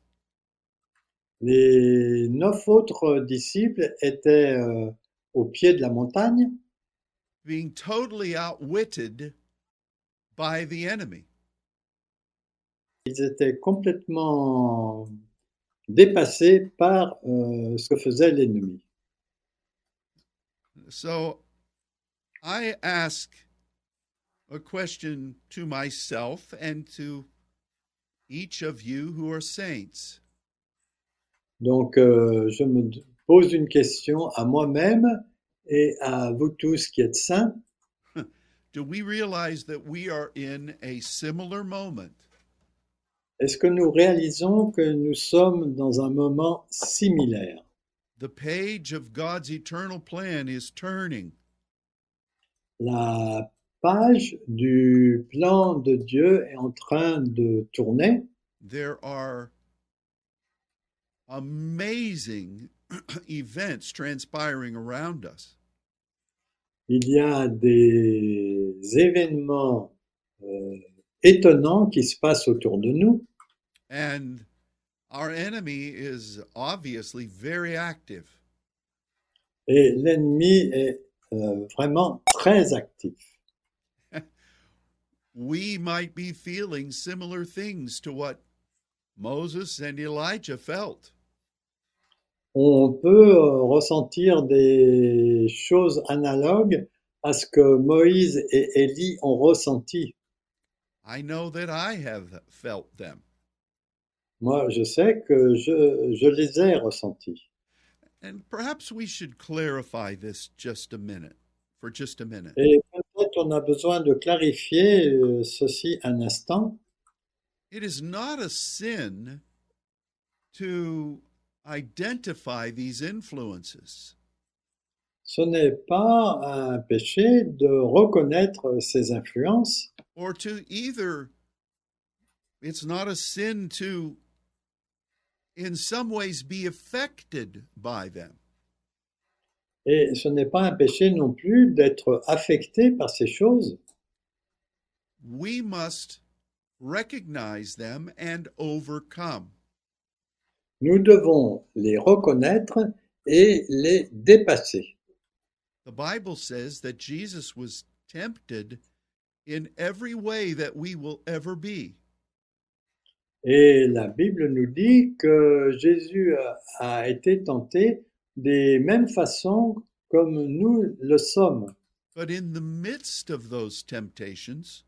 B: Les neuf autres disciples étaient euh, au pied de la montagne.
A: being totally outwitted by the enemy.
B: Ils étaient complètement dépassés par euh, ce que faisait l'ennemi.
A: So I ask a question to myself and to each of you who are saints.
B: Donc, euh, je me d- pose une question à moi-même et à vous tous qui êtes saints.
A: Do we realize that we are in a similar moment?
B: Est-ce que nous réalisons que nous sommes dans un moment similaire
A: The page of God's eternal plan is turning.
B: La page du plan de Dieu est en train de tourner.
A: There are amazing events transpiring around us.
B: Il y a des événements euh, étonnants qui se passent autour de nous.
A: And our enemy is obviously very active.
B: Et l'ennemi est euh, vraiment très actif.
A: We might be feeling similar things to what Moses and Elijah felt.
B: On peut euh, ressentir des choses analogues à ce que Moïse et Élie ont ressenti.
A: I know that I have felt them.
B: Moi, je sais que je, je les ai ressentis.
A: And perhaps we should clarify this just a minute, for just a minute.
B: Et peut-être on a besoin de clarifier euh, ceci un instant.
A: It is not a sin to identify these influences.
B: Ce n'est pas un péché de reconnaître ces influences
A: or to either it's not a sin to in some ways be affected by them
B: et ce n'est pas un péché non plus d'être affecté par ces choses.
A: we must recognize them and overcome
B: Nous devons les reconnaître et les dépasser.
A: the bible says that jesus was tempted in every way that we will ever be
B: Et la Bible nous dit que Jésus a- a été tenté des mêmes façons comme nous le sommes.
A: but in the midst of those temptations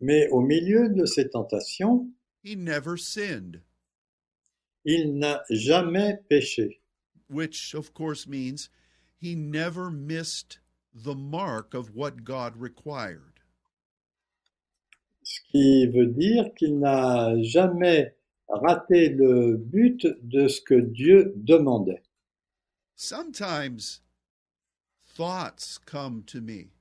B: Mais au milieu de ces tentations,
A: he never sinned
B: il n'a jamais péché.
A: which of course means he never missed the mark of what God required.
B: Ce qui veut dire qu'il n'a jamais raté le but de ce que Dieu demandait.
A: Sometimes thoughts come to me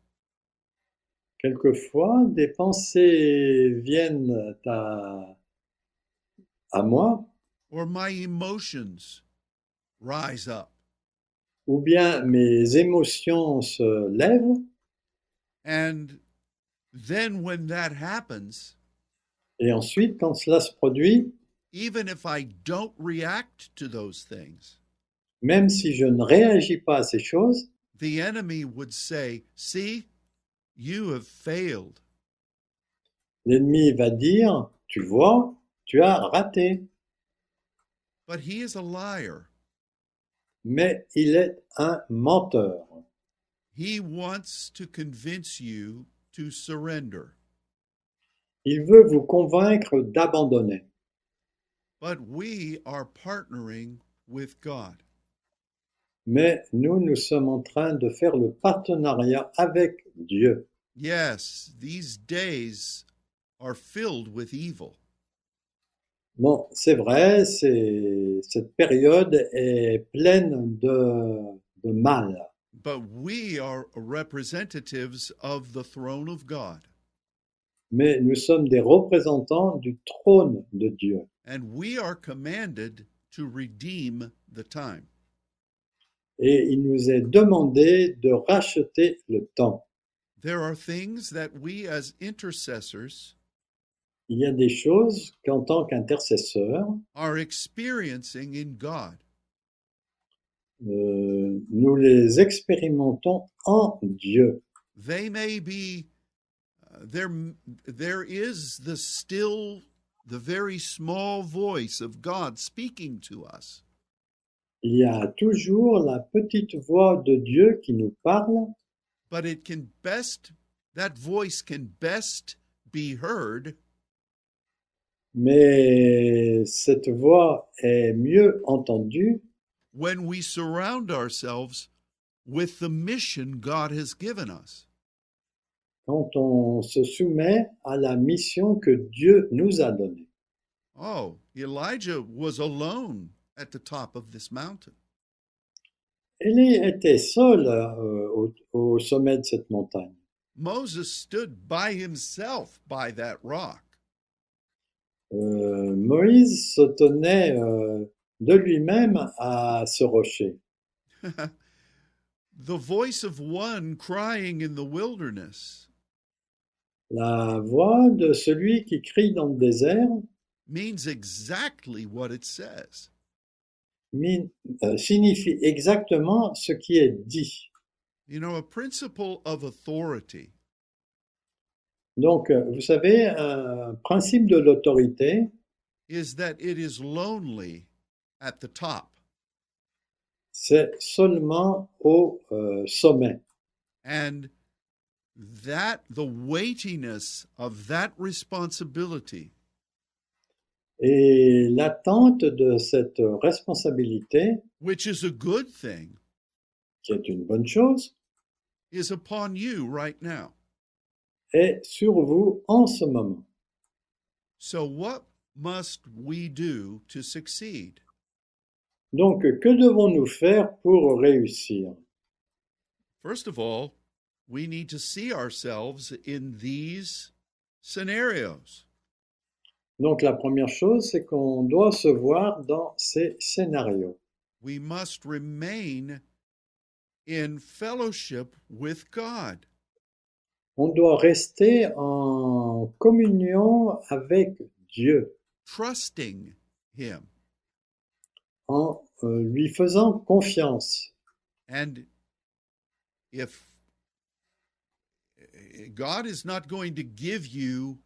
B: Quelquefois, des pensées viennent à, à moi,
A: or my emotions rise up
B: ou bien mes émotions se lèvent,
A: and then when that happens
B: et ensuite, quand cela se produit,
A: even if I don't react to those things
B: même si je ne réagis pas à ces choses,
A: the enemy would say see you have failed
B: l'ennemi va dire, tu vois, tu as raté,
A: but he is a liar
B: mais il est un menteur.
A: he wants to convince you to surrender
B: Il veut vous convaincre d'abandonner.
A: But we are partnering with God.
B: Mais nous, nous sommes en train de faire le partenariat avec Dieu.
A: Yes, these days are filled with evil,
B: Bon, c'est vrai, c'est, cette période est pleine de, de mal,
A: but we are representatives of the throne of God,
B: mais nous sommes des représentants du trône de Dieu
A: and we are commanded to redeem the time.
B: et il nous est demandé de racheter le temps.
A: There are things that we as intercessors
B: Il y a des choses qu'en tant qu'intercesseur,
A: are experiencing in God.
B: euh, nous les expérimentons en Dieu.
A: They may be uh, there there is the still the very small voice of God speaking to us.
B: Il y a toujours la petite voix de Dieu qui nous parle
A: but it can best that voice can best be heard
B: Mais cette voix est mieux entendue
A: when we surround ourselves with the mission God has given us.
B: quand on se soumet à la mission que Dieu nous a donnée.
A: Oh, Elijah was alone at the top of this mountain.
B: Elle était seule euh, au, au sommet de cette montagne.
A: Moses stood by himself by that rock.
B: Euh, Moïse se tenait euh, de lui-même à ce rocher.
A: The voice of one crying in the wilderness
B: La voix de celui qui crie dans le désert
A: means exactly what it says.
B: Mine- euh, signifie exactement ce qui est dit.
A: You know, a principle of authority
B: Donc, euh, vous savez, un principe de l'autorité,
A: is that it is lonely at the top
B: c'est seulement au euh, sommet.
A: and that the weightiness of that responsibility
B: Et l'attente de cette responsabilité,
A: which is a good thing
B: qui est une bonne chose,
A: is upon you right now
B: est sur vous en ce moment.
A: so what must we do to succeed
B: Donc, que devons-nous faire pour réussir
A: first of all we need to see ourselves in these scenarios
B: Donc, la première chose, c'est qu'on doit se voir dans ces scénarios.
A: we must remain in fellowship with god
B: On doit rester en communion avec Dieu,
A: trusting him
B: en euh, lui faisant confiance.
A: And if God is not going to give you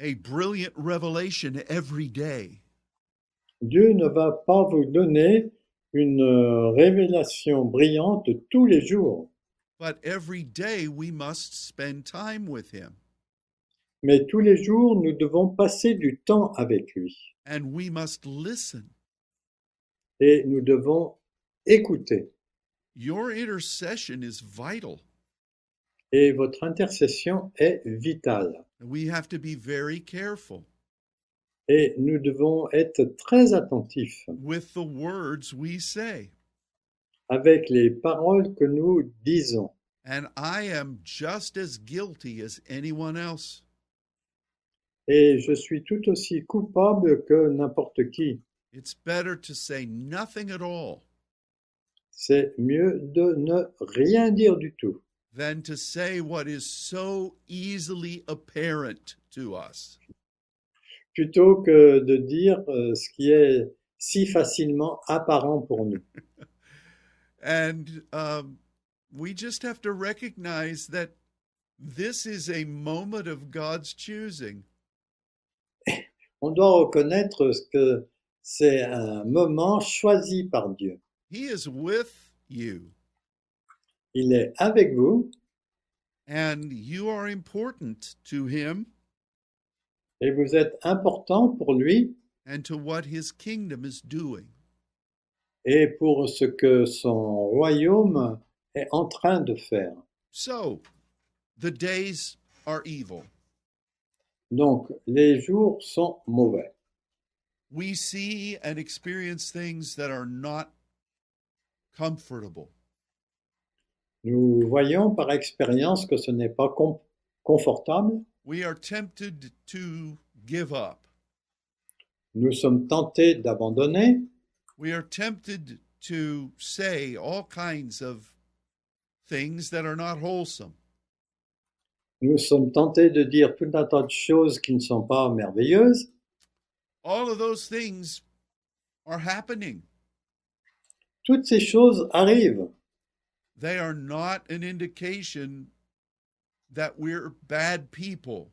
A: a brilliant revelation every day,
B: Dieu ne va pas vous donner une euh, révélation brillante tous les jours,
A: but every day we must spend time with Him
B: mais tous les jours, nous devons passer du temps avec lui
A: and we must listen.
B: et nous devons écouter.
A: Your intercession is vital.
B: Et votre intercession est vitale.
A: We have to be very careful
B: Et nous devons être très attentifs
A: with the words we say.
B: avec les paroles que nous disons.
A: And I am just as guilty as anyone else.
B: Et je suis tout aussi coupable que n'importe qui.
A: It's better to say nothing at all
B: C'est mieux de ne rien dire du tout
A: than to say what is so easily apparent to us.
B: plutôt que de dire euh, ce qui est si facilement apparent pour nous.
A: And um, we just have to recognize that this is a moment of God's choosing.
B: On doit reconnaître ce que c'est un moment choisi par Dieu.
A: He is with you,
B: Il est avec vous
A: and you are important to Him
B: et vous êtes important pour lui
A: and to what His kingdom is doing.
B: et pour ce que son royaume est en train de faire.
A: So, the days are evil.
B: Donc, les jours sont mauvais.
A: We see and experience things that are not comfortable.
B: Nous voyons par expérience que ce n'est pas com- confortable.
A: We are tempted to give up.
B: Nous sommes tentés d'abandonner.
A: We are tempted to say all kinds of things that are not wholesome.
B: Nous sommes tentés de dire tout un tas de choses qui ne sont pas merveilleuses.
A: All of those things are happening.
B: Toutes ces choses arrivent.
A: They are not an indication that we're bad people.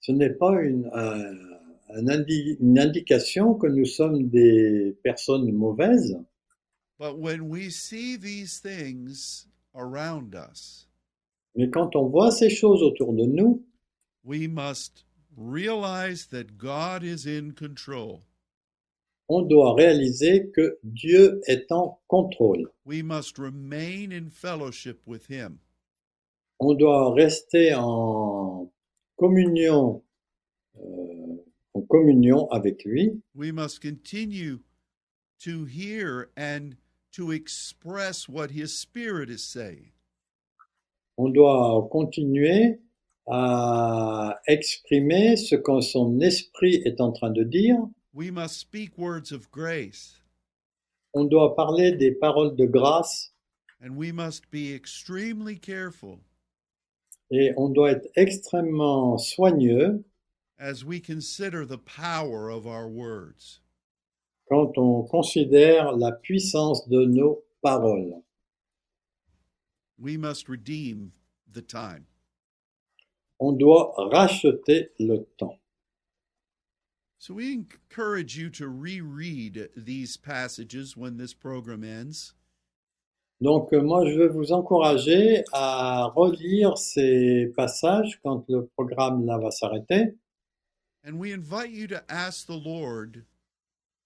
B: Ce n'est pas une, un- un indi- une indication que nous sommes des personnes mauvaises,
A: But when we see these things around us,
B: mais quand on voit ces choses autour de nous,
A: we must realize that God is in control.
B: on doit réaliser que Dieu est en contrôle.
A: We must remain in fellowship with Him.
B: On doit rester en communion, euh, en communion avec lui.
A: We must continue to hear and to express what His Spirit is saying.
B: On doit continuer à exprimer ce que son esprit est en train de dire.
A: We must speak words of grace,
B: On doit parler des paroles de grâce
A: and we must be extremely careful
B: et on doit être extrêmement soigneux
A: as we consider the power of our words.
B: quand on considère la puissance de nos paroles.
A: We must redeem the time.
B: On doit racheter le temps.
A: So we encourage you to reread these passages when this program ends.
B: Donc euh, moi, je vais vous encourager à relire ces passages quand le programme là va s'arrêter.
A: And we invite you to ask the Lord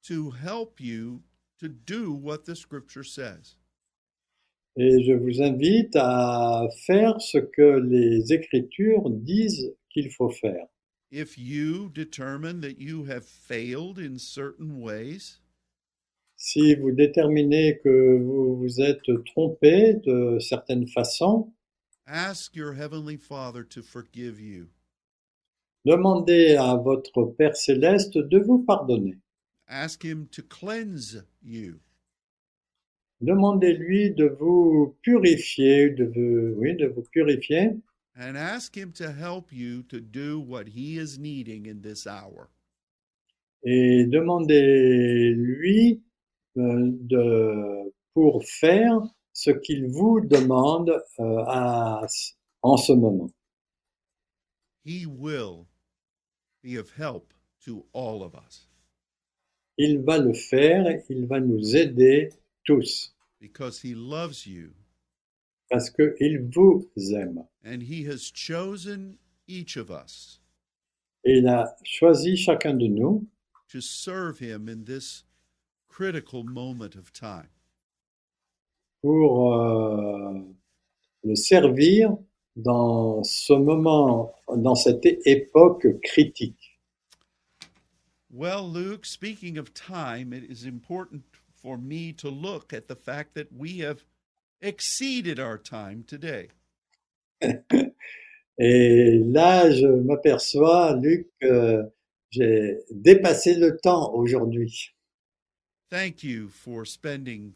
A: to help you to do what the scripture says.
B: Et je vous invite à faire ce que les Écritures disent qu'il faut faire.
A: If you determine that you have failed in certain ways,
B: Si vous déterminez que vous vous êtes trompé de certaines façons,
A: ask your Heavenly Father to forgive you.
B: demandez à votre Père céleste de vous pardonner.
A: Ask Him to cleanse you.
B: Demandez-lui de vous purifier, de vous, oui, de vous purifier,
A: and ask Him to help you to do what He is needing in this hour.
B: et demandez-lui euh, de, pour faire ce qu'il vous demande euh, à, en ce moment.
A: He will be of help to all of us
B: Il va le faire, il va nous aider tous,
A: because He loves you
B: parce qu'il vous aime.
A: and He has chosen each of us
B: Et il a choisi chacun de nous
A: to serve Him in this critical moment of time.
B: pour euh, le servir dans ce moment, dans cette époque critique.
A: Well, Luke, speaking of time, it is important for me to look at the fact that we have exceeded our time today.
B: Et là, je m'aperçois, Luc, que j'ai dépassé le temps aujourd'hui.
A: Thank you for spending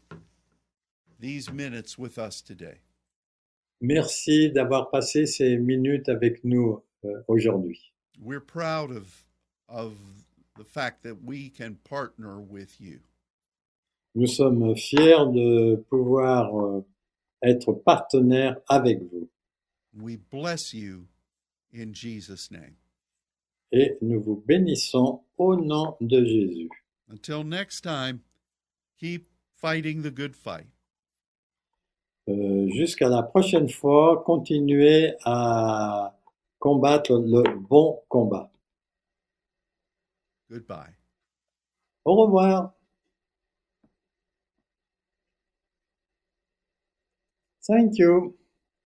A: these minutes with us today.
B: Merci d'avoir passé ces minutes avec nous euh, aujourd'hui.
A: We're proud of of the fact that we can partner with you.
B: Nous sommes fiers de pouvoir euh, être partenaires avec vous
A: We bless you in Jesus name.
B: et nous vous bénissons au nom de Jésus.
A: Until next time, keep fighting the good fight.
B: Euh, jusqu'à la prochaine fois, continuez à combattre le bon combat.
A: Goodbye.
B: Au revoir. Thank you.